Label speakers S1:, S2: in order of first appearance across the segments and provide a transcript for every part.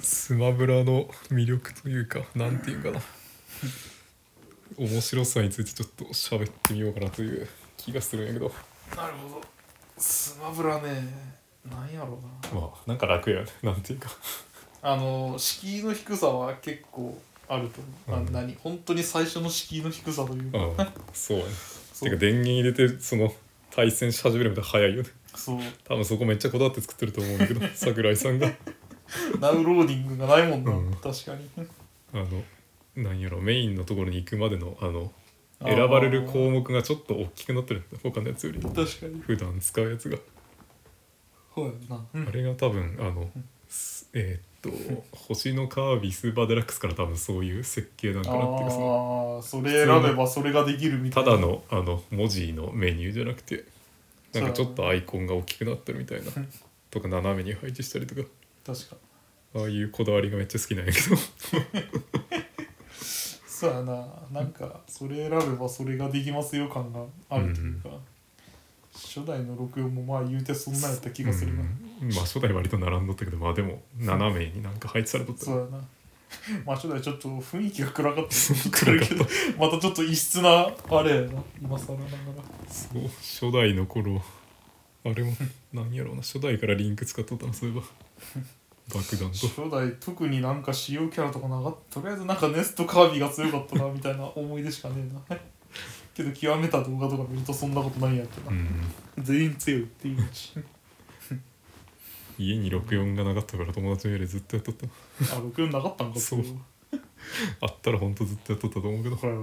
S1: スマブラの魅力というかなんていうかな面白さについてちょっと喋ってみようかなという気がするんやけど
S2: なるほどスマブラねなんやろうな
S1: まあなんか楽やねなんていうか
S2: あの敷居の低さは結構あると思う、
S1: うん
S2: あ何本当に最初の敷居の低さというか、
S1: ああそうやね
S2: そ
S1: てか
S2: う
S1: 電源入れてその対戦し始めるまで早いよね
S2: そう
S1: 多分そこめっちゃこだわって作ってると思うん だけど桜井さんが
S2: ダウンローディングがないもんな、
S1: うん
S2: 確かに
S1: あのなんやろメインのところに行くまでのあの選ばれる項目がちょっと大きくなってるんだ他のやつより
S2: あー確かに
S1: 普段使うやつが、
S2: そうやんな、
S1: あれが多分あの、すえーっと星のカービィスーパーデラックスから多分そういう設計なんかなっていうかその
S2: ああそれ選べばそれができるみた
S1: た
S2: いな
S1: だのあの文字のメニューじゃなくてなんかちょっとアイコンが大きくなってるみたいな
S2: うん
S1: とか斜めに配置したりとか
S2: 確か
S1: ああいうこだわりがめっちゃ好きなんやけど
S2: そうやななんかそれ選べばそれができますよ感があるというか、初代の64もまあ言うてそんなんやった気がするな、
S1: うんまあ初代割と並んどったけどまあでも斜めになんか配置されとった
S2: そうやなまあ初代ちょっと雰囲気が暗かった
S1: そう
S2: ってるけどまたちょっと異質なあれやな今更なが
S1: そう初代の頃あれも何やろうな初代からリンク使っとったなそういえば爆弾
S2: ら
S1: と
S2: 初代特になんか使用キャラとかなかったとりあえずなんかネストカービィが強かったなみたいな思い出しかねえな けど極めた動画とか見るとそんなことないんやってな、
S1: うん
S2: 全員強いっていうし
S1: 家に64がなかったから友達の家でずっとやっとった
S2: あ64なかったんか
S1: そうあったらほんとずっとやっとったと思うけど
S2: だからな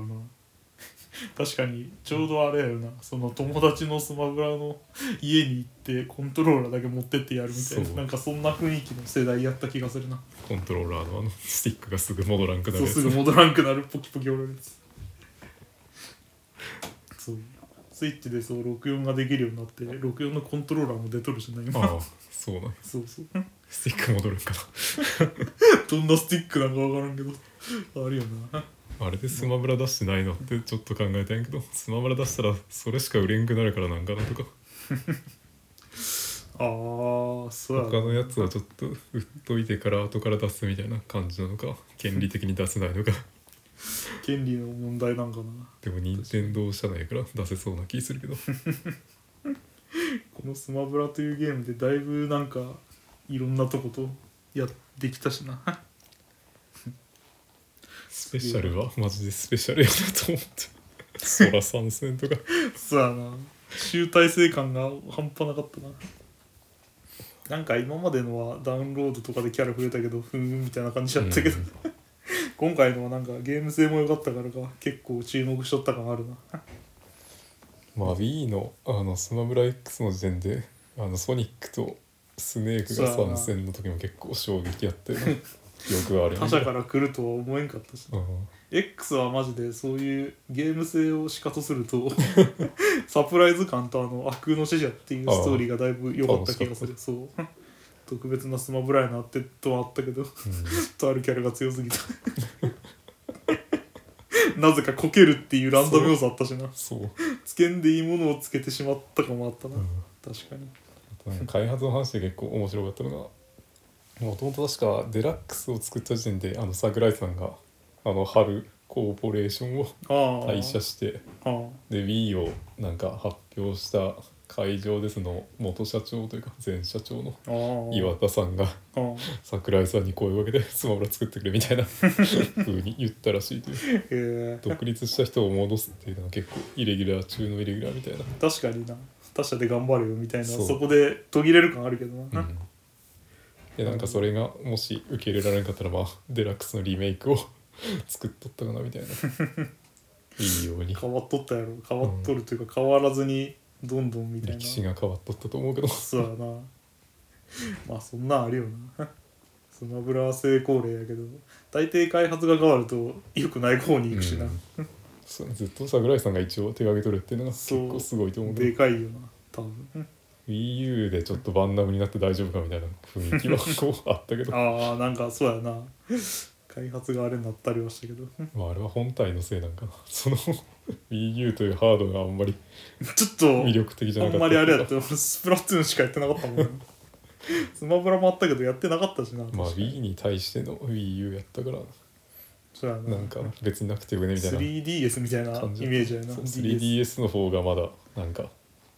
S2: 確かにちょうどあれやよなその友達のスマブラの家に行ってコントローラーだけ持ってってやるみたい
S1: そ
S2: な
S1: う
S2: なんかそんな雰囲気の世代やった気がするな
S1: コントローラーのあのスティックがすぐ戻らんくなる
S2: そう
S1: やつ
S2: すぐ戻らんくなるポキポキ折れるやつそうスイッチでそう64ができるようになって64のコントローラーも出とるしな今
S1: ああそうなんや
S2: そうそう
S1: スティック戻るんか
S2: どんなスティックなんかわからんけどあるよな
S1: なあれでスマブラ出してないのってちょっと考えたんやけどスマブラ出したらそれしか売れんくなるからなんかなとか
S2: あーそうやな
S1: 他のやつはちょっと売っといてから後から出すみたいな感じなのか権利的に出せないのか
S2: 権利の問題なんかな
S1: でも任天堂社内から出せそうな気するけど
S2: この「スマブラ」というゲームでだいぶなんかいろんなとことやってきた しな
S1: スペシャルはマジでスペシャルやなと思 ってそら参戦とか
S2: そうやな集大成感が半端なかったななんか今までのはダウンロードとかでキャラ増えたけどふーんみたいな感じだったけど、
S1: うん
S2: 今回のはなんかゲーム性も良かったからか結構注目しとった感あるな
S1: まあ Wii のあのスマブラ X の時点であのソニックとスネークが参戦の時も結構衝撃やっ てるな記憶がある
S2: 他者から来るとは思えんかったしな
S1: うん
S2: X はマジでそういうゲーム性をしかとすると サプライズ感とあの「悪の使者」っていうストーリーがだいぶ良かった気がするそう 特別なスマブラやなってとはあったけどとあるキャラが強すぎた なぜかこけるっていうランダム要素あったしな
S1: そう、
S2: つけんでいいものをつけてしまったかもあったな、
S1: うん
S2: 確かに
S1: あとなんか開発の話で結構面白かったのがもともと確かデラックスを作った時点であの桜井さんがあの春コーポレーションを
S2: ああ
S1: 退社して
S2: ああ
S1: で Wii をなんか発表した会場でその元社長というか前社長の
S2: ああ
S1: 岩田さんが
S2: ああ
S1: 桜井さんに声をかけてスマブラ作ってくれみたい な風に言ったらしいという
S2: へえ
S1: 独立した人を戻すっていうのは結構イレギュラー中のイレギュラーみたい
S2: 確かにな他社で頑張れよみたいな
S1: そう
S2: そこで途切れる感あるけど
S1: な、
S2: な、
S1: うん、でなんかそれがもし受け入れられなかったらまあデラックスのリメイクを作っとったかなみ たいないいように
S2: 変わっとったやろ変わっとるというか変わらずにどんどんみたいな
S1: 歴史が変わっとったと思うけど
S2: そうやな まあそんなんあるよな スマブラは成功例やけど大抵開発が変わると良くない方に行くしな、
S1: うんそうずっと桜井さんが一応手がけとるっていうのが結構すごいと思うけ
S2: で
S1: ど
S2: かいよな多分
S1: WiiU でちょっとバンダムになって大丈夫かみたいな雰囲気はこうあったけど
S2: ああなんかそうやな開発があれになったりはしたけど
S1: まああれは本体のせいなん かなその WiiU というハードがあんまり
S2: ちょっ
S1: 魅
S2: と
S1: 力的じゃ
S2: あ
S1: なか
S2: ん
S1: った
S2: まりあれや
S1: と
S2: った俺スプラトゥーンしかやってなかったもん スマブラもあったけどやってなかったしな
S1: まあ
S2: 確かに
S1: Wii に対しての WiiU やったから
S2: そうやな
S1: なんか別になくてよくねみたいな
S2: 3DS みたいな
S1: 感じ
S2: イメージやな
S1: そう
S2: DS
S1: 3DS の方がまだなんか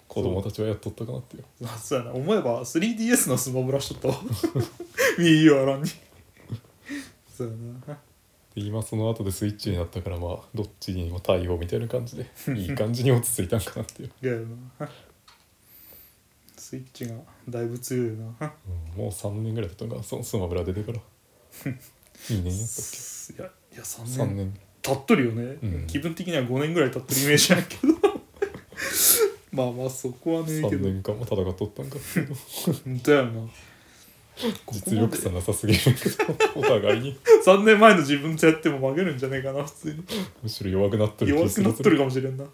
S1: 子供たちはやっとったかなっていう
S2: あ そうやな思えば 3DS のスマブラしとったわ 右はらんに そうやな
S1: で今その後でスイッチになったからまあどっちにも対応みたいな感 じでいい感じに落ち着いたんかなっていう、
S2: いややなスイッチがだいぶ強いよな
S1: うんもう3年ぐらい経ったのかなそスマブラ出て から2年やったっ
S2: いやいや
S1: け
S2: 3年
S1: 3年
S2: 経っとるよね、
S1: うん
S2: 気分的には5年ぐらい経ってるイメージやけど まあまあそこはねえけ
S1: 3
S2: ど
S1: 年間も戦っとったんかっていう
S2: 本当やな
S1: 実力差なさすぎるお互いに
S2: 3年前の自分とやっても負けるんじゃねえかな普通に
S1: むしろ弱くなってる
S2: 弱くなっとる
S1: る
S2: かもしれんな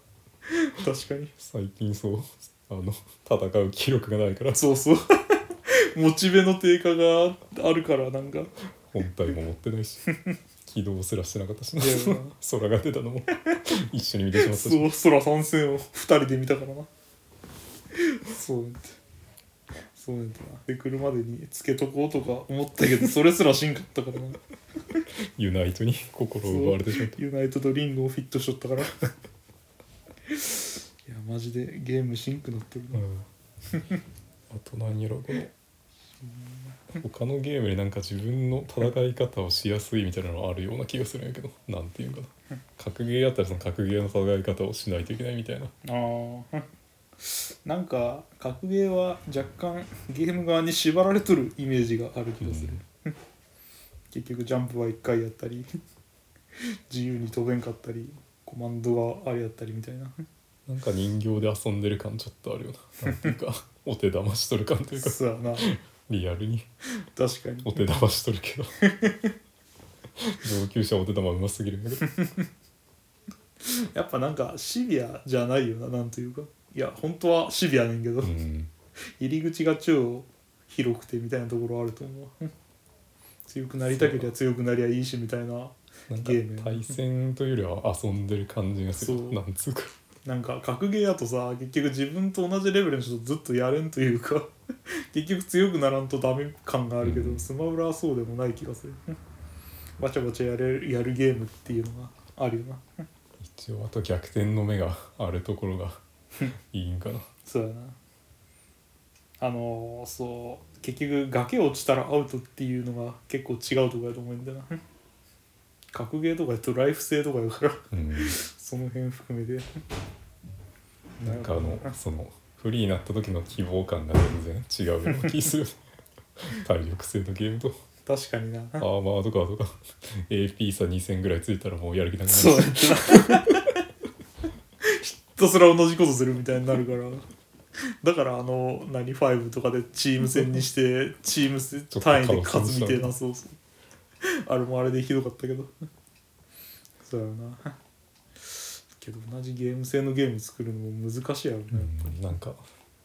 S2: 確かに
S1: 最近そうあの戦う気力がないから
S2: そうそう モチベの低下があるからなんか
S1: 本体も持ってない し起動すらしてなかったしな
S2: いやいや
S1: 空が出たのも一緒に見てしまったし
S2: そう空参戦を2人で見たからなそうなんてそうなんてなで来るまでにつけとこうとか思ったけどそれすらしんかったからな
S1: ユナイトに 心を奪われてしまった
S2: ユナイトとリングをフィットしとったからいやマジでゲームシンクなってる
S1: う
S2: な、
S1: んあと何やろこの他のゲームでなんか自分の戦い方をしやすいみたいなのあるような気がするんやけどなんていうんかな格ゲーやったらその格ゲーの戦い方をしないといけないみたいな
S2: ああなんか格ゲーは若干ゲーム側に縛られとるイメージがある気がする、結局ジャンプは1回やったり自由に飛べんかったりコマンドがあれやったりみたいな
S1: なんか人形で遊んでる感ちょっとあるよななんていうかお手玉しとる感というか
S2: そうや な
S1: リアルに
S2: 確かに
S1: お手玉しとるけど上級者お手玉うますぎるんだけど
S2: やっぱなんかシビアじゃないよななんというかいや本当はシビアねんけど、
S1: うん
S2: 入り口が超広くてみたいなところあると思う 強くなりたけりゃ強くなりゃいいしみたい
S1: な
S2: な
S1: んか
S2: ゲーム
S1: 対戦というよりは遊んでる感じがす
S2: そう
S1: るなんつうか
S2: なんか格ゲーだとさ結局自分と同じレベルの人とずっとやれんというか 結局強くならんとダメ感があるけど、
S1: うん
S2: スマブラはそうでもない気がする バチャバチャやれるやるゲームっていうのがあるよな
S1: 一応あと逆転の目があるところがいいんかな
S2: そうやなあのーそう結局崖落ちたらアウトっていうのが結構違うとこやと思うんだよな格ゲーとかやとライフ性とかやから
S1: うん
S2: その辺含めて
S1: なんかあのそのフリーになった時の希望感が全然違うような気する体力性のゲームと
S2: 確かにな
S1: アーマーとかとか AP 差2000ぐらいついたらもうやる気なくなるし
S2: そうやってなひたすら同じことするみたいになるからだからあの何ファイブとかでチーム戦 にしてチームせ
S1: ちょっと
S2: 単位で勝つみたい
S1: カ
S2: な
S1: オ
S2: そうそうあれもあれでひどかったけどそうやろなけど同じゲーム性のゲーム作るのも難しいやろね、
S1: うんなんか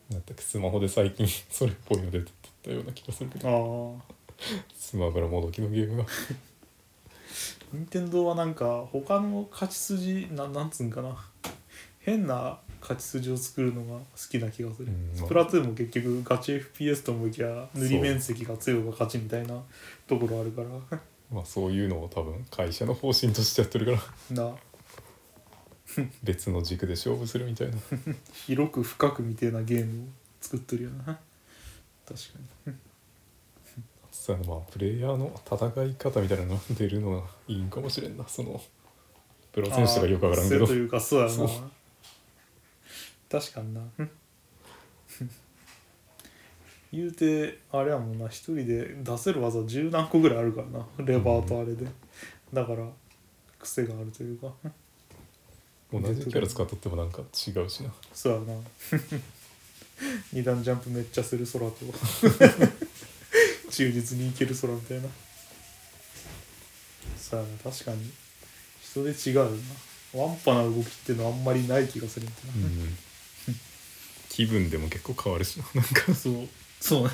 S1: なんだっけスマホで最近それっぽいの出てったような気がするけど
S2: ああ
S1: スマブラもどきのゲームが
S2: 任天堂はなんか他の勝ち筋ななんつうんかな変な勝ち筋を作るのが好きな気がする、
S1: うん
S2: スプラトゥーンも結局ガチ FPS と思いきや塗り面積が強いが勝ちみたいなところあるから
S1: まあそういうのを多分会社の方針としてやってるから
S2: な
S1: 別の軸で勝負するみたいな
S2: 広く深くみたいなゲームを作ってるよな確か
S1: そうやなまあプレイヤーの戦い方みたいなのが出るのがいいんかもしれんなそのプロ
S2: に
S1: 選手とかよくわからんけ
S2: あ
S1: ど
S2: ーそうというかそうやな
S1: そう
S2: 確かにな 言うてあれやもんな一人で出せる技十何個ぐらいあるからなレバーとあれで、だから癖があるというか
S1: 同じキャラ使っとってもなんか違うしな
S2: そうやな 二段ジャンプめっちゃする空と 忠実にいける空みたいなそうやな確かに人で違うよなワンパな動きってのはあんまりない気がするみたいな
S1: うん気分でも結構変わるしななんか
S2: そうそう ね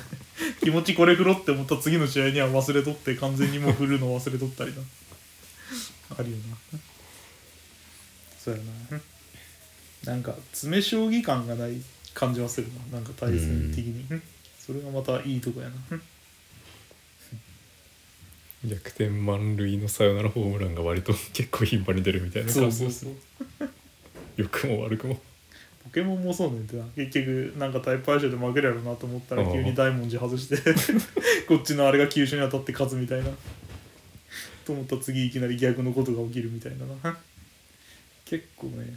S2: 気持ちこれ振ろって思った次の試合には忘れとって完全にもう振るの忘れとったりなあるよなそうやななんか詰め将棋感がない感じはするななんか対戦的にそれがまたいいとこやな
S1: 逆転満塁のサヨナラホームランが割と結構頻繁に出るみたいな
S2: そ
S1: 感
S2: う
S1: じ
S2: そう
S1: です
S2: そう
S1: 良くも悪くも
S2: ポケモンもそうねんてな結局なんかタイプ相性で負けるやろなと思ったら
S1: うん
S2: 急に大文字外して こっちのあれが急所に当たって勝つみたいなと思ったら次いきなり逆のことが起きるみたいなな結構ね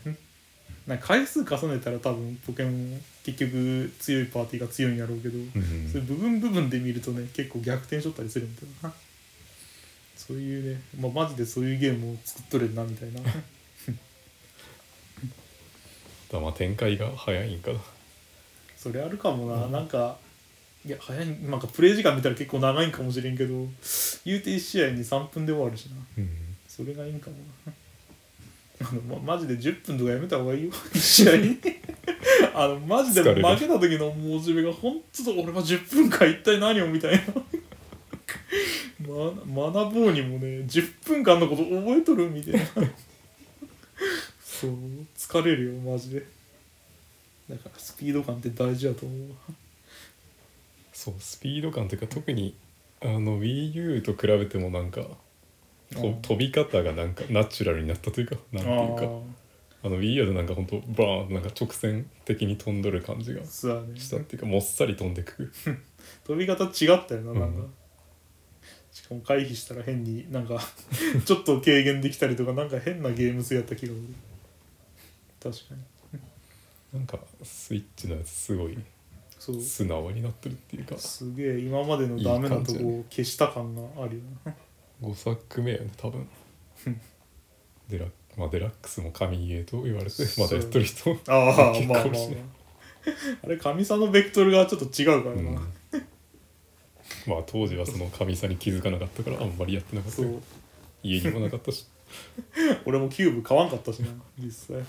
S2: なんか回数重ねたら多分ポケモン結局強いパーティーが強いんやろうけど、
S1: うん
S2: そういう部分部分で見るとね結構逆転しとったりするんだよなそういうね、まあ、マジでそういうゲームを作っとれんなみたいな
S1: だまあ展開が早いんかな
S2: それあるかもな、なんかいや早いなんかプレイ時間見たら結構長いんかもしれんけど言うて1試合に3分で終わるしな
S1: うん
S2: それがいいんかもなあの、ま、マジで10分とかやめた方がいいよ1試 合にあのマジで
S1: 疲れ
S2: 負
S1: る
S2: けた時のモジベが本当俺は10分間一体何をみたいなま学ぼうにもね10分間のこと覚えとるみたいなそう疲れるよマジでだからスピード感って大事だと思うわ
S1: そうスピード感というか特にあの WiiU と比べてもなんか
S2: うん
S1: と飛び方がなんかナチュラルになったというかなんていうかあの WiiU でなんかほんとバーンとなんか直線的に飛んどる感じが
S2: あーそうだね
S1: したっていうかもっさり飛んでく
S2: 飛び方違ったよななんか、
S1: うん
S2: しかも回避したら変になんか ちょっと軽減できたりとかなんか変なゲーム性やった気がする確かに
S1: なんかスイッチのやつすごい
S2: そう
S1: 素直になってるっていうか
S2: すげえ今までのダメなとこを消した感があるよな
S1: 5作目やね多分デラまあデラックスも神ゲーと言われてまだやってる人
S2: ああ
S1: 結構
S2: まあまあまあ
S1: しない
S2: あれ神さんのベクトルがちょっと違うから
S1: うん
S2: な、
S1: まあ当時はその神さに気づかなかったからあんまりやってなかった
S2: そ
S1: けど
S2: う
S1: 家にもなかったし
S2: 俺もキューブ買わんかったしな実際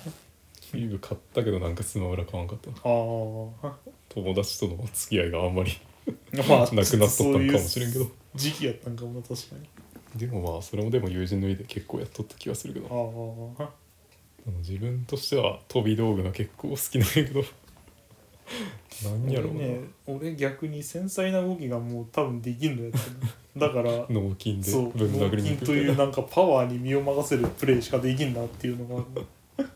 S1: キューブ買ったけどなんかスマブラ買わんかった
S2: ああ
S1: 友達との付き合いがあんまり
S2: まあ
S1: なくなっとったのかもしれんけど
S2: そういう時期やったんかもな確かに
S1: でもまあそれもでも友人の家で結構やっとった気がするけど
S2: ああ
S1: あの自分としては飛び道具が結構好きなんやけ どなんやろうな、
S2: 俺ね俺逆に繊細な動きがもう多分できんのやったなだから
S1: 脳筋 で
S2: そう
S1: ぶん
S2: 脳
S1: 殴りに
S2: 筋
S1: 行く
S2: と
S1: み
S2: い
S1: た
S2: う
S1: いな
S2: なんかパワーに身を任せるプレーしかできんなっていうのがある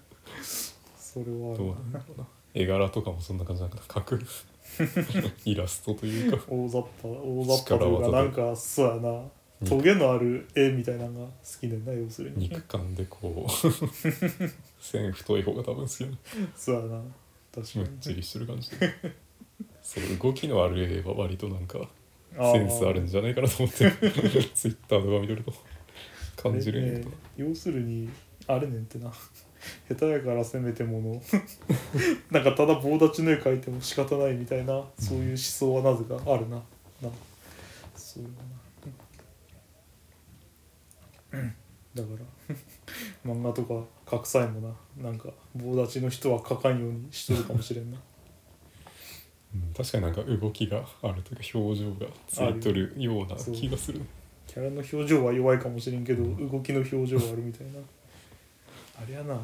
S2: それはあ
S1: どう
S2: る
S1: なんだろうな絵柄とかもそんな感じなんかな描くイラストというか
S2: 大雑把大雑把という
S1: 力
S2: か
S1: 技
S2: なんかそうやな
S1: 肉
S2: トゲのある絵みたいなのが好きでんな要するに
S1: 肉感でこう線太い方が多分好きな
S2: そうやな確か
S1: む
S2: に
S1: っちりしてる感じでそう動きのある絵は割となんか
S2: あー
S1: センスあるんじゃないかなと思ってツイッターとか見とると感じるんやけど、
S2: ね要するにあれねんってな 下手やから攻めてもの なんかただ棒立ちの絵描いても仕方ないみたいなそういう思想はなぜかあるななそうだなだから 漫画とか書く際もななんか棒立ちの人は書かんようにしとるかもしれんな
S1: うん確かになんか動きがあるというか表情がついとるような気がする
S2: キャラの表情は弱いかもしれんけど動きの表情はあるみたいなあれやな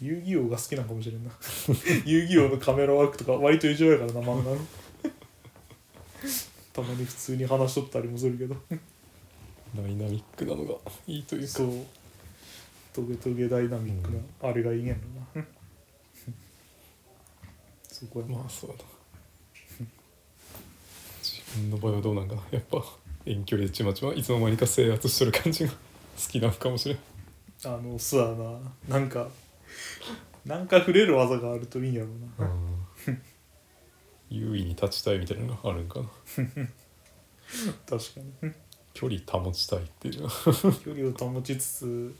S2: 遊戯王が好きなんかもしれんな 遊戯王のカメラワークとか割と異常やからな漫画の たまに普通に話しとったりもするけど
S1: ダイナミックなのがいいというか
S2: そうトゲトゲダイナミックな、あれがいいんやろな そこやな
S1: まあそうだな自分の場合はどうなんかなやっぱ遠距離でちまちまいつの間にか制圧しとる感じが好きなのかもしれん
S2: あのそうやななんかなんか触れる技があるといいんやろうな
S1: 優位に立ちたいみたいなのがあるんかな
S2: 確かに
S1: 距離保ちたいっていうのは
S2: 距離を保ちつつ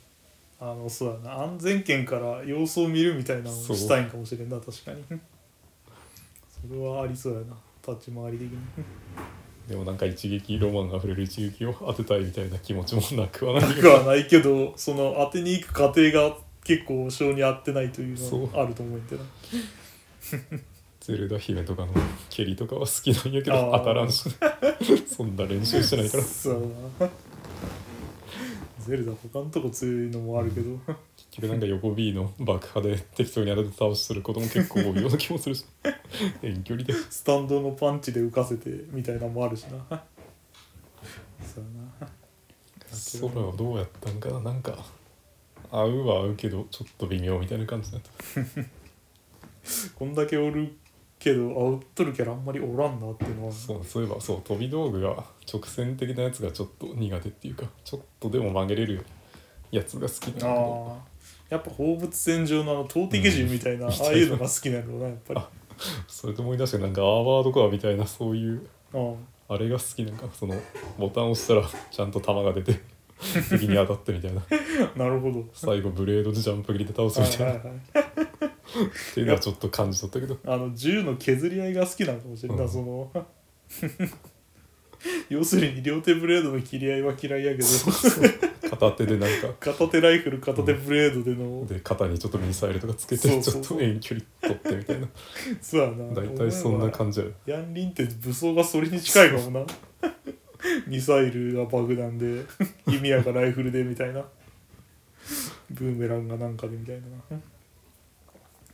S2: あのそうだな安全圏から様子を見るみたいなのを
S1: そう
S2: したいんかもしれんな確かにそれはありそうやな立ち回り的に
S1: でもなんか一撃ロマンあふれる一撃を当てたいみたいな気持ちもなくはない
S2: なくはないけどその当てに行く過程が結構性に合ってないというの
S1: そう
S2: はあると思うんだよな
S1: ゼルダ姫とかの蹴りとかは好きなんやけど
S2: あー
S1: 当たらんしそんな練習してないから
S2: そうだなゼルダ他のとこ強いのもあるけど
S1: 結局なんか横 B の爆破で適当に当てて倒することも結構多いような気もする し遠距離で
S2: スタンドのパンチで浮かせてみたいなのもあるしなそうやな
S1: 空はどうやったんかななんか合うは合うけどちょっと微妙みたいな感じだった
S2: こんだけおるけどあおっとるキャラあんまりおらんなっていうのは
S1: そうそういえばそう飛び道具が直線的なやつがちょっと苦手っていうかちょっとでも曲げれるやつが好きなんだけど
S2: ああやっぱ放物線上のあの投擲銃みたいな、
S1: うん
S2: ああいうのが好きなのなやっぱり
S1: あそれと思い出してなんかアーバードコアみたいなそういう
S2: うん
S1: あれが好きなんかそのボタンを押したらちゃんと弾が出 て敵に当たってみたいな
S2: なるほど
S1: 最後ブレードでジャンプ切りで倒すみたいな、
S2: はい
S1: っ
S2: はいはい
S1: ていうのはちょっと感じ取ったけど
S2: あの銃の削り合いが好きなのかもしれな
S1: う
S2: い、
S1: ん
S2: その 要するに両手ブレードの切り合いは嫌いやけど
S1: 片手でなんか
S2: 片手ライフル片手ブレードでの、
S1: で肩にちょっとミサイルとかつけ
S2: そ
S1: て
S2: う
S1: ち
S2: そ
S1: ょ
S2: う
S1: っと遠距離取ってみたいな
S2: そうやな
S1: 大体そんな感じや
S2: ヤンリンって武装がそれに近いか もなミサイルが爆弾で弓矢がライフルでみたいなブーメランがなんかでみたいな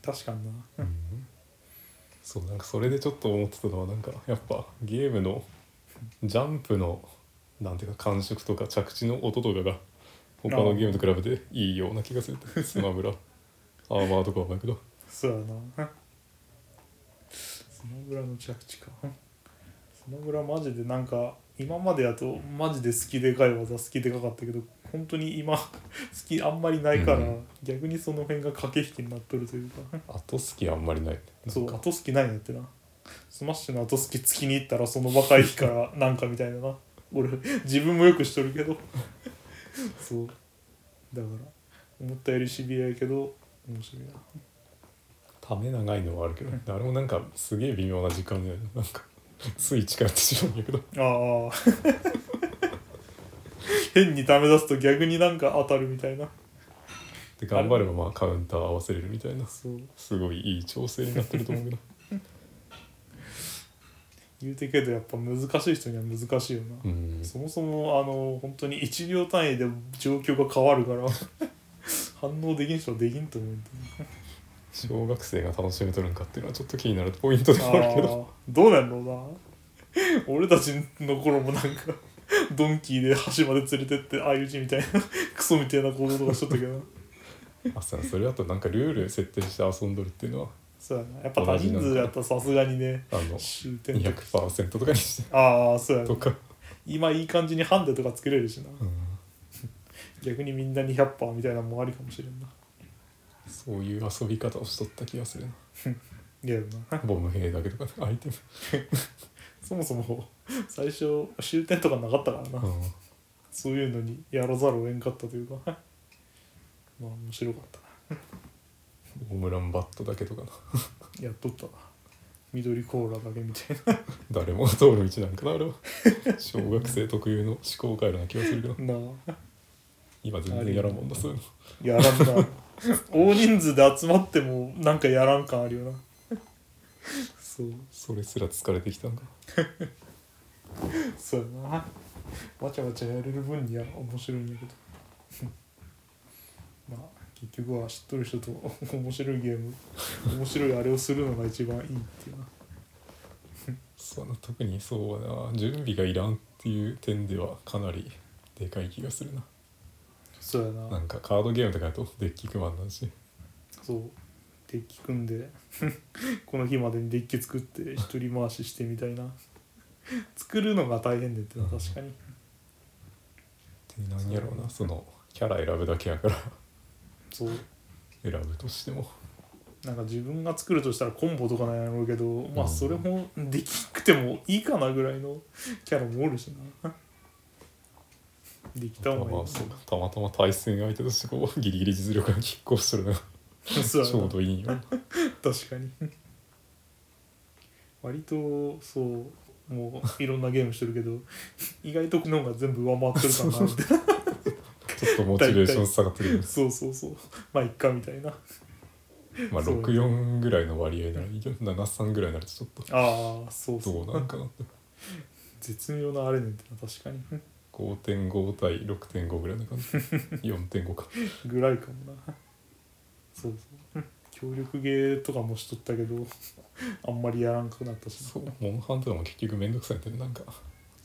S2: 確かにな
S1: そうなんかそれでちょっと思ってたのはなんかやっぱゲームのジャンプのなんていうか感触とか着地の音とかが他のゲームと比べていいような気がするってスマブラアーバーとかはだけど
S2: そうやなスマブラの着地かスマブラマジでなんか今までやとマジで好きでかい技好きでかかったけど本当に今好きあんまりないから、
S1: うん
S2: 逆にその辺が駆け引きになっとるというか
S1: 後好きあんまりないなん
S2: そう
S1: か
S2: 後好きないんだってなスマッシュの後好き突きに行ったらその若い日 からなんかみたいなな俺自分もよくしとるけ どそうだから思ったよりシビアやけど面白いな
S1: ため長いのはあるけどねあれもなんかすげえ微妙な時間だよねなんかつい近寄ってしまうんだけど
S2: ああ 変にため出すと逆になんか当たるみたいな
S1: で頑張ればまあカウンター合わせれるみたいな
S2: そう
S1: すごいいい調整になってると 思うけど
S2: 言うてけどやっぱ難しい人には難しいよな、
S1: うん
S2: そもそもあの本当に1秒単位で状況が変わるから 反応できん人はできんと思うんだよね
S1: 小学生が楽しめとるんかっていうのはちょっと気になるポイント で
S2: あ
S1: はあるけど
S2: ーどうなんやろうな俺たちの頃もなんかドンキーで橋まで連れてって相打ちみたいな クソみたいな行動とかしとったけど
S1: あそうやそれだとなんかルール設定して遊んどるっていうのは
S2: そうやなやっぱ多人数やったらさすがにね
S1: あ の
S2: 終点とか
S1: 200%とかにして
S2: ああそうやな
S1: とか、
S2: 今いい感じにハンデとか作れるしな
S1: うん
S2: 逆にみんな200パーみたいなのもありかもしれんな
S1: そういう遊び方をしとった気がする な
S2: ゲームな
S1: ボム兵だけとかねアイテム、
S2: そもそも最初終点とかなかったからな、
S1: うん
S2: そういうのにやらざるをえんかったというか まあ面白かったな
S1: ホームランバットだけとかな
S2: やっとったな緑コーラだけみたい
S1: 誰もが通る道なんかなあ れは小学生特有の思考回路な気がするけど
S2: ななあ
S1: 今全然やらんもんだそういうの
S2: やらんな 大人数で集まってもなんかやらん感あるよなそう
S1: それすら疲れてきたんか
S2: そうやなわちゃわちゃやれる分には面白いんだけど まあ結局は知っとる人と面白いゲーム面白いあれをするのが一番いいっていうな
S1: その特にそうはな準備がいらんっていう点ではかなりでかい気がするな
S2: そうやな
S1: なんかカードゲームとかだとデッキ組まんなんし
S2: そうデッキ組んで この日までにデッキ作って一人回ししてみたいな作るのが大変でってな確かに
S1: で何やろうなそのキャラ選ぶだけやから
S2: そう
S1: 選ぶとしても
S2: なんか自分が作るとしたらコンボとかなんやろうけどま
S1: う
S2: あ
S1: ん
S2: それもできなくてもいいかなぐらいの キャラもおるしな できた
S1: た
S2: 方
S1: ま
S2: がいい
S1: そうたまたま対戦相手としてこうギリギリ実力が拮抗してるのが
S2: そう
S1: ち
S2: や
S1: ょ
S2: な
S1: うど いいよ
S2: 確かに 割とそうもういろんなゲームしてるけど 意外とこの方が全部上回ってるかな って
S1: ちょっとモチベーション下がってるよね
S2: そうそうそうまあいっかみたいなあ
S1: まあ
S2: そう
S1: 64ぐらいの割合ならいいけど73ぐらいならちょっと
S2: あそうそ
S1: ど
S2: う
S1: うなんかなって
S2: 絶妙なあれねんってな確かに
S1: こ5.5対6.5ぐらいな感 じ4.5か
S2: ぐらいかもなそうそう協力ゲーとかもしとったけど あんまりやらんくなったしな
S1: そうモンハンとかも結局めんどくさいんだよねなんか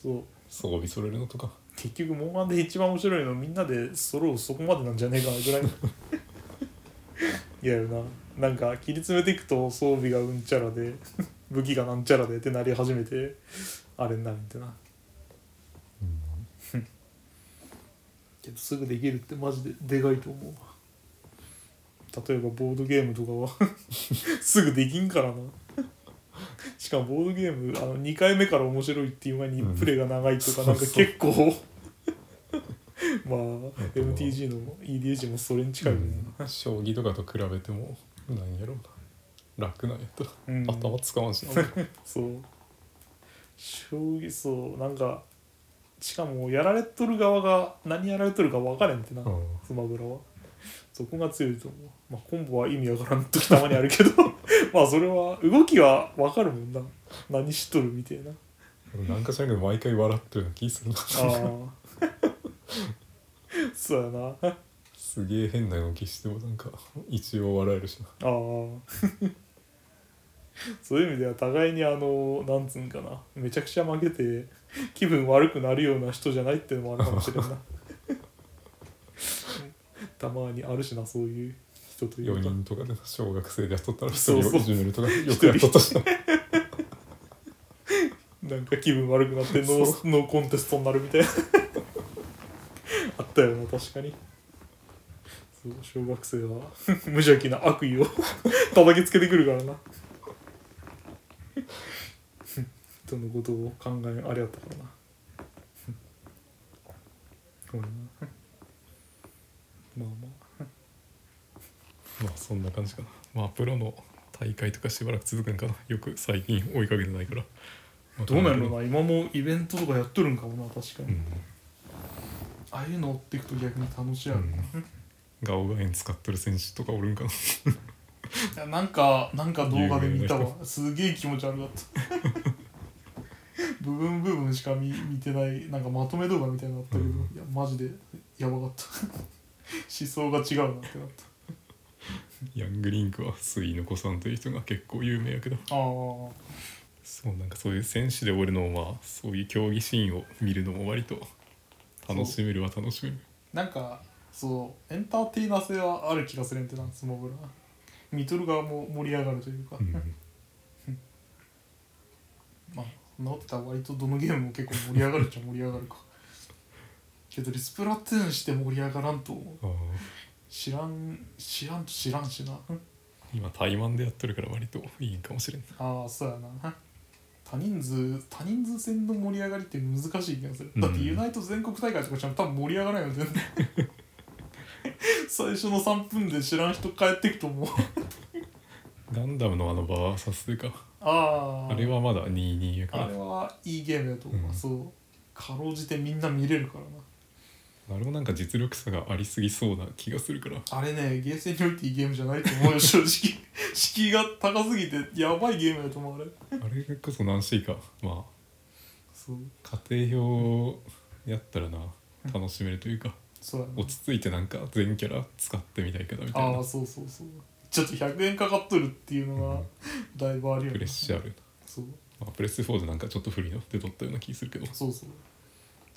S2: そう
S1: 装備揃えるのとか
S2: 結局モンハンで一番面白いのみんなで揃うそこまでなんじゃねえかなぐらいのやるななんか切り詰めていくと装備がうんちゃらで武器がなんちゃらでってなり始めてあれになるんだなけどすぐできるってマジででかいと思うわ例えばボードゲームとかは すぐできんからなしかもボードゲームあの2回目から面白いっていう前に
S1: うん
S2: プレイが長いとか、
S1: そう
S2: なんか
S1: そう
S2: 結構まあ MTG の EDH もそれに近いもんな、
S1: うん将棋とかと比べても何やろうな楽なんやったら、
S2: うん
S1: 頭使わん しな
S2: そう将棋そうなんかしかもやられとる側が何やられとるか分かれんってな、
S1: うん
S2: スマブラはそこが強いと思う、まあ、コンボは意味わからん時たまにあるけど まあそれは動きは分かるもんな何しとるみたいな
S1: 俺なんか知らんけど毎回笑ってるの気するな
S2: あ あそうやなあ
S1: すげえ変な動きしてもなんか一応笑えるしな
S2: あ そういう意味では互いにあのなんつうんかなめちゃくちゃ負けて気分悪くなるような人じゃないっていうのもあるかもしれんなたまにあるしなそういう人という
S1: 4
S2: か
S1: 人とかでな小学生でやっとったら1
S2: そう
S1: 人
S2: そ
S1: を
S2: う
S1: いじめるとかよくやっとったしな
S2: なんか気分悪くなってノ
S1: そ
S2: ーノーコンテストになるみたいなあったよな確かにそう小学生は 無邪気な悪意を 叩きつけてくるからな人のことを考えあれやったからなごめんなまあまあ
S1: まあそんな感じかなまあプロの大会とかしばらく続くんかなよく最近追いかけてないから
S2: どうなんやろ
S1: な
S2: な今もイベントとかやっとるんかもな確かに、
S1: うん
S2: ああいうの追っていくと逆に楽しいやろな、
S1: ガオガエン使ってる選手とかおるんかない
S2: やなんかなんか動画で見たわすげえ気持ち悪かった部分部分しか見見てないなんかまとめ動画みたいなのあったけど、
S1: うん
S2: いやマジでやばかった思想が違うなってなった
S1: ヤングリンクは水の子さんという人が結構有名やけど
S2: ああ
S1: そうなんかそういう選手でおるのもまあそういう競技シーンを見るのも割と楽しめるは楽しめる
S2: なんかそうエンターテイナー性はある気がするんてなスマブラ見とる側も盛り上がるというか、
S1: うん
S2: まあそんなこと言ったら割とどのゲームも結構盛り上がるっちゃ盛り上がるかけどリスプラトゥーンして盛り上がらんと思う
S1: ああ
S2: 知らん知らんと知らんしな
S1: 今対マンでやってるから割といいんかもしれんな
S2: ああそうやな多人数多人数戦の盛り上がりって難しい気がする、
S1: うん
S2: だってユナイト全国大会とかじゃ多分盛り上がらないよ全然 最初の3分で知らん人帰ってくと思う
S1: ガンダムのあのバーサスでか
S2: ああ
S1: あれはまだ22やか
S2: あ
S1: ら
S2: れはいいゲームやと思う、
S1: うん
S2: そうかろうじてみんな見れるからな
S1: あれもなんか実力差がありすぎそうな気がするから
S2: あれねゲーセンにおいていいゲームじゃないと思うよ正直 敷居が高すぎてやばいゲームやと思うあれ
S1: あれこそ何 C かま
S2: そう
S1: あ家庭用やったらな楽しめるというか
S2: そうやな
S1: 落ち着いてなんか全キャラ使ってみたいけどみたい
S2: あ
S1: な
S2: あそうそうそうちょっと100円かかっとるっていうのが
S1: うん
S2: だいぶあるよ
S1: プレ
S2: ね
S1: ッシャーある、
S2: そう
S1: まあ、プレステ4でなんかちょっと不利の出とったような気するけど
S2: そうそう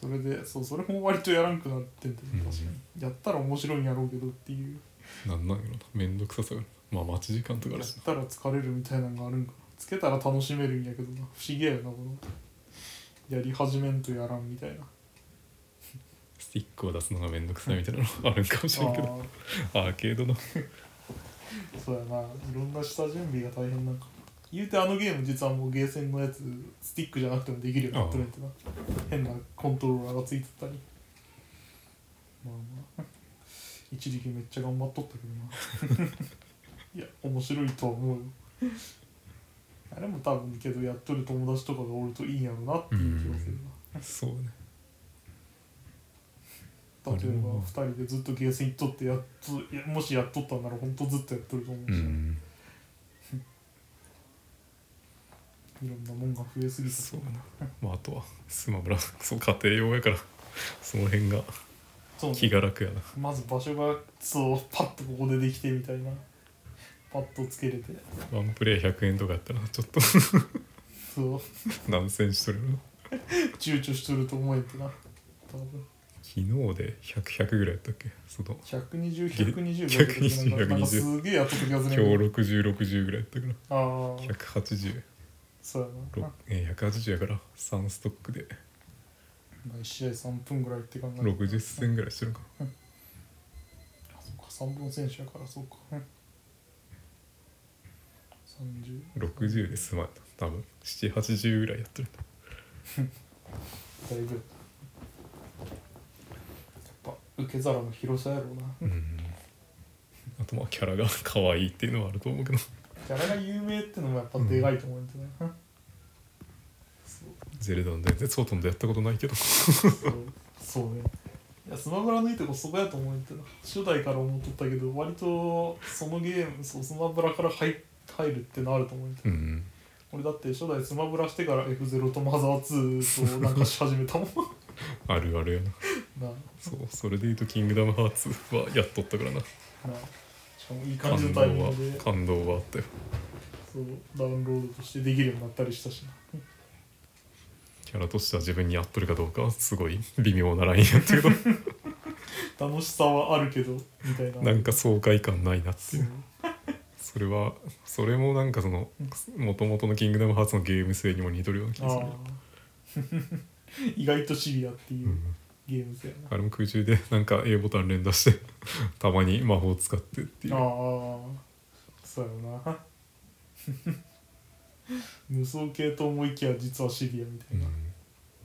S2: それでそうそれも割とやらんくなってんだよね
S1: うん
S2: 確かにやったら面白いんやろうけどっていう
S1: なんなんやろなめんどくささがあるまあ待ち時間とかあ
S2: や
S1: る
S2: っ
S1: しな
S2: たら疲れるみたいなのがあるんかなつけたら楽しめるんやけどな不思議やよなこのやり始めんとやらんみたいな
S1: スティックを出すのがめんどくさいみたいなのあるんかもしれんけど
S2: あ
S1: アーケードの
S2: あそうやないろんな下準備が大変なんか言うてあのゲーム実はもうゲーセンのやつスティックじゃなくてもできるようになってるんやてな変なコントローラーがついてたりまあまあ一時期めっちゃ頑張っとったけ どないや面白いとは思うよあれも多分けどやっとる友達とかがおるといいんやろうなっていう気がする
S1: そうね
S2: な例えば
S1: うん
S2: 2人でずっとゲーセン行っとってやっといやもしやっとったんなら本当ずっとやっとると思う
S1: う
S2: し、
S1: ん
S2: いろんなもんが増えすぎて
S1: そうやなまああとはスマブラそう家庭用やからその辺が
S2: そう
S1: 気が楽やな
S2: まず場所がそうパッとここでできてみたいなパッとつけれて
S1: ワンプレイ100円とかやったらちょっと
S2: そう
S1: 何千しとるの
S2: 躊躇しとると思えてな多分
S1: 昨日で100100ぐらいやったっけその
S2: 120120ぐらいだったけどなんかすげえやった時はず
S1: 今
S2: ね
S1: 日6060ぐらいやったから
S2: ああ
S1: 180
S2: そうやな
S1: ろえー180やから3ストックで
S2: まあ1試合3分ぐらいって考える
S1: 60戦ぐらいしてるのか
S2: あそっか3分選手やからそうか うん30
S1: 60で済まんやった多分780ぐらいやってる
S2: だいぶやっぱ受け皿の広さやろうな
S1: うんあとまあキャラが可愛いっていうのはあると思うけど
S2: キャラが有名ってのもやっぱでかいと思うんだよね、そう
S1: ゼルダの伝説ほとんどやったことないけど
S2: そうそうねいやスマブラのいいとこそこやと思うんだよな初代から思っとったけど割とそのゲームそうスマブラから入入るってのあると思うんだ
S1: う
S2: よ
S1: ん
S2: 俺だって初代スマブラしてから F0 とマザー2となんかし始 めたもん
S1: あるあるやな
S2: な
S1: そうそれでいうと「キングダムハーツ」はやっとったからな
S2: なしかもいい感じ
S1: 感
S2: の
S1: 動
S2: タイミング
S1: は
S2: で
S1: 感動はあったよ
S2: そうダウンロードとしてできるようになったりしたしな
S1: キャラとしては自分に合っとるかどうかはすごい微妙なラインやった けど
S2: 楽しさはあるけどみたいな
S1: なんか爽快感ないなって
S2: そ
S1: いううそれはそれもなんかそのもともとの「キングダムハーツ」のゲーム性にも似とるような気
S2: あ
S1: がする
S2: ー 意外とシビアっていううんゲーム性やな
S1: あれも空中でなんか A ボタン連打して たまに魔法使ってっていう
S2: ああそうやろな 無双系と思いきや実はシビアみた
S1: う
S2: いな、
S1: ん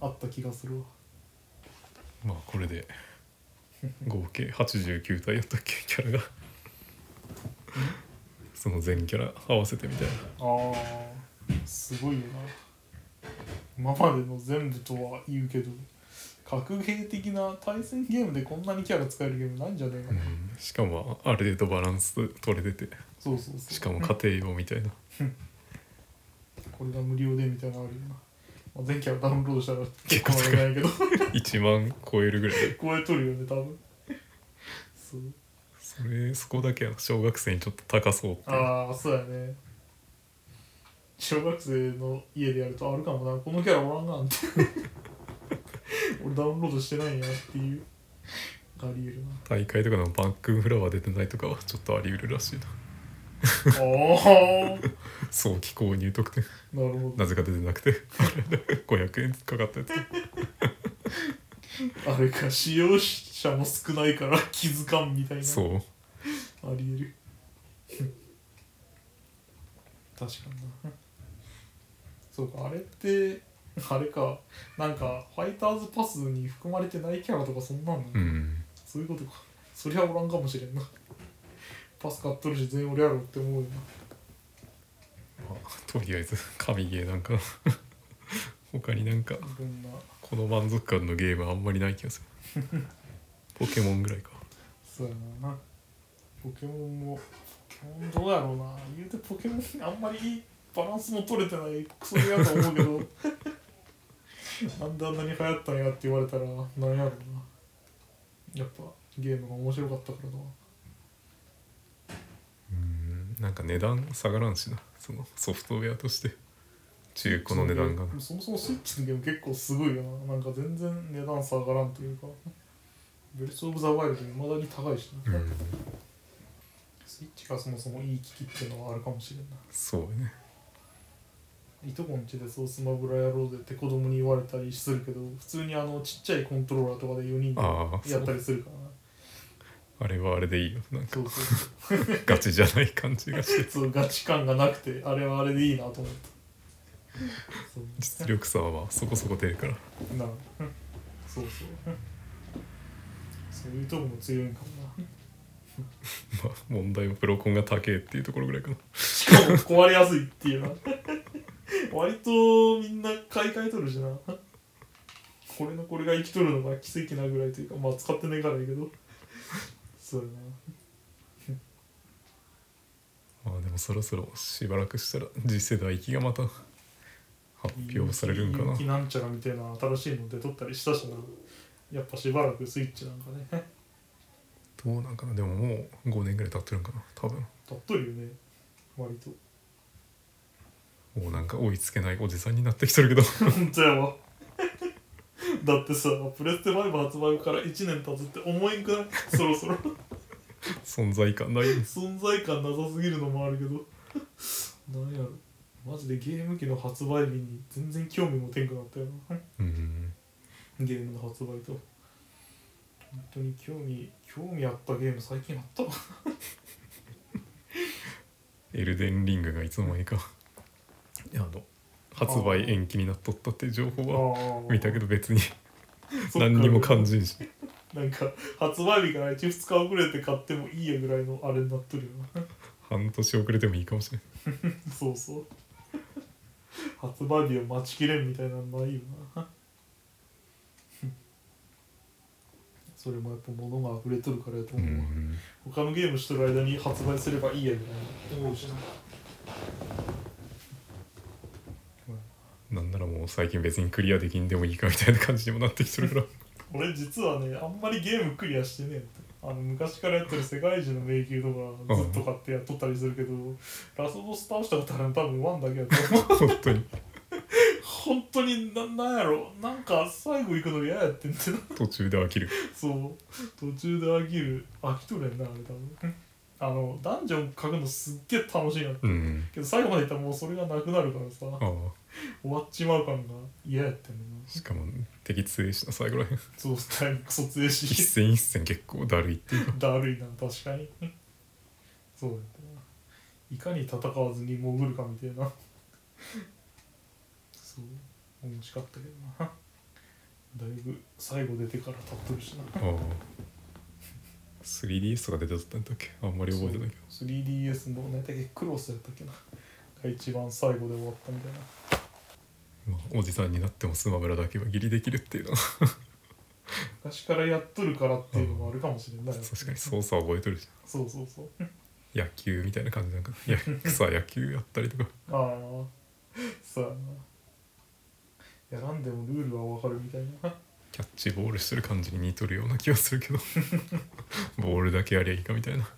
S2: あった気がするわ
S1: まあこれで合計89体やったっけキャラがその全キャラ合わせてみたいな
S2: ああすごいよな今までの全部とは言うけど格ゲー的な対戦ゲームでこんなにキャラ使えるゲームないんじゃねえか
S1: う
S2: な、
S1: んしかもある程度バランス取れてて
S2: そうそうそう
S1: しかも家庭用みたいな
S2: これが無料でみたいなのあるよな、まあ、前回はダウンロードしたら結構長いけど
S1: 1万超えるぐらいで
S2: 超えとるよね多分そう
S1: それそこだけやな小学生にちょっと高そうっていう
S2: ああそうやね小学生の家でやるとあるかもなこのキャラおらんなんて 俺ダウンロードしてないんやっていうあり得るな
S1: 大会とかのバックフラワー出てないとかはちょっとあり得るらしいな
S2: おお
S1: 早期購入特典
S2: なるほ
S1: なぜか出てなくて500円かかったやつ
S2: どあれか使用者も少ないから気づかんみたいな
S1: そうう
S2: ありえる確かになそうかあれってあれかなんかファイターズパスに含まれてないキャラとかそんなんの、
S1: うん
S2: そういうことかそりゃおらんかもしれんなパス買っとるし全員俺やろって思うよ
S1: まあとりあえず神ゲーなんか 他になんか
S2: ないろんな
S1: この満足感のゲームあんまりない気がす るポケモンぐらいか
S2: そうやなポケモンもポケモンどうやろうな言うてポケモンあんまりバランスも取れてないクソ嫌だと思うけどなんであんなに流行ったんやって言われたらなんやろうなやっぱゲームが面白かったからだわ
S1: うんなんか値段下がらんしなそのソフトウェアとして中古の値段がな
S2: そもそもスイッチのゲーム結構すごいよななんか全然値段下がらんというかブレス・オブ・ザ・ワイルドいまだに高いし
S1: う
S2: な、
S1: ん
S2: スイッチがそもそもいい機器っていうのはあるかもしれんな
S1: そうよね
S2: いとこんちでそうスマブラやろうぜって子供に言われたりするけど普通にあのちっちゃいコントローラーとかで4人で
S1: ああそ
S2: やった
S1: う
S2: りするからな
S1: あれはあれでいいよなんか
S2: そうそうそう
S1: ガチじゃない感じがして
S2: そうガチ感がなくてあれはあれでいいなと思ったそう
S1: 実力差はそこそこ出るから
S2: なるほどそうそうそういうとこも強いんかもな
S1: まあ問題はプロコンが高えっていうところぐらいかな
S2: しかも壊れやすいっていうな割とみんな買い替えとるしなこれのこれが生きとるのが奇跡なぐらいというかまあ使ってねえからやけどそうや
S1: まあでもそろそろしばらくしたら次世代機がまた発
S2: な
S1: 表されるんかな
S2: 人気なんちゃらみたいな新しいの出とったりしたしなやっぱしばらくスイッチなんかね
S1: どうなんかなでももう5年ぐらい経ってるんかな多分
S2: たっとるよね 割と
S1: もうなんか追いつけないおじさんになってきてるけど
S2: 本当やわだってさプレステ5発売から1年経つって思いんくない そろそろ
S1: 存在感ない
S2: 存在感なさすぎるのもあるけど なんやろマジでゲーム機の発売日に全然興味もてんくなったよな
S1: うん
S2: ゲームの発売と本当に興味興味あったゲーム最近あったか
S1: エルデンリングがいつの間にかいやあの発売延期になっとったっていう情報は
S2: あ
S1: 見たけど
S2: ど
S1: 別に何にも感じんし
S2: なんか発売日から1、2日遅れて買ってもいいやぐらいのあれになっとるよな
S1: 半年遅れてもいいかもしれない
S2: そうそう発売日を待ちきれんみたいなのないよな それもやっぱ物が溢れとるからやと思うわ、他のゲームしてる間に発売すればいいやぐらいな思うしな
S1: なんならもう最近別にクリアできんでもいいかみたいな感じにもなってきてるから
S2: 俺実はねあんまりゲームクリアしてねえあの昔からやってる「世界一の迷宮」とかずっと買ってやっとったりするけど、ラスボス倒したことあるの多分ワンだけやと思う
S1: 本当に
S2: 本当にななんやろなんか最後行くの嫌やってんってな
S1: 途中で飽きる
S2: そう途中で飽きる飽きとるやんなあれ多分あのダンジョン書くのすっげえ楽しいやん
S1: うん
S2: けど最後までいったらもうそれがなくなるからさ
S1: ああ
S2: 終わっちまう感が嫌やってんのな
S1: しかも敵強いしな最後らへん
S2: そうしたいクソ強い
S1: 一
S2: し
S1: 戦一戦結構だるいっていうか
S2: だるいな確かにそうやったないかに戦わずに潜るかみたいなそう面白かったけどなだいぶ最後出てから立っとるしな
S1: ああ 3DS とか出てたんだっけあんまり覚えてないけど
S2: 3DS の何だっけクロスやったっけなが一番最後で終わったみたいな
S1: まあ、おじさんになってもスマブラだけはギリできるっていうのは
S2: 昔からやっとるからっていうのもあるかもしれない、
S1: 確かに操作覚えとるし
S2: そうそうそう
S1: 野球みたいな感じなんかいや草野球やったりとか
S2: ああそうやなやらんでもルールはわかるみたいな
S1: キャッチボールしてる感じに似とるような気がする けどボールだけやりゃいいかみたいな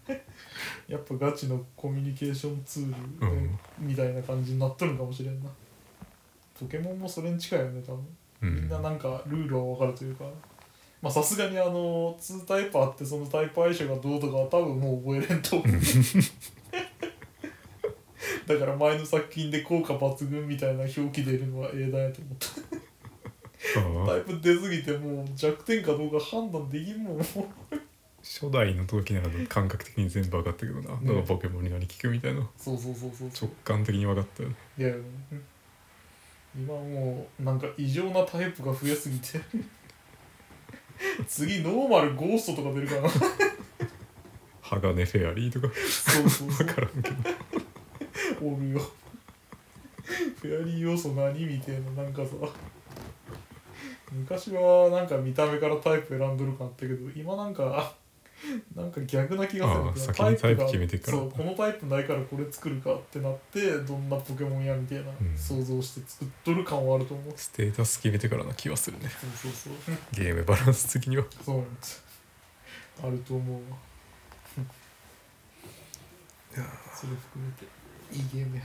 S2: やっぱガチのコミュニケーションツール、
S1: うん
S2: みたいな感じになっとるかもしれんなポケモンもそれに近いよね多分
S1: う
S2: みん
S1: ん
S2: ななんかルールは分かるというかまあさすがにあの2タイプあってそのタイプ相性がどうとかは多分もう覚えれんと思う だから前の作品で効果抜群みたいな表記出るのは英断やと思
S1: あ
S2: った
S1: あ
S2: タイプ出すぎてもう弱点かどうか判断できんもんもう
S1: 初代の時なら感覚的に全部分かったけどな、だからポケモンに何聞くみたいな
S2: そうそうそうそうそう
S1: 直感的に分かったよね
S2: いや今もうなんか異常なタイプが増えすぎ て次ノーマルゴーストとか出るかな
S1: 鋼フェアリーとか
S2: そうそうそう
S1: 分からんけど
S2: おるよフェアリー要素何みたいななんかさ昔はなんか見た目からタイプ選んどる感あったけど今なんかなんか逆な気が
S1: ああ
S2: する
S1: 先にタイプ
S2: が
S1: 決めてから
S2: そうこのタイプないからこれ作るかってなってどんなポケモンやみたいな、
S1: うん
S2: 想像して作っとる感はあると思う
S1: ステータス決めてからな気はするね
S2: そうそうそう
S1: ゲームバランス的には
S2: そうなんですあると思うわそれ含めていいゲームや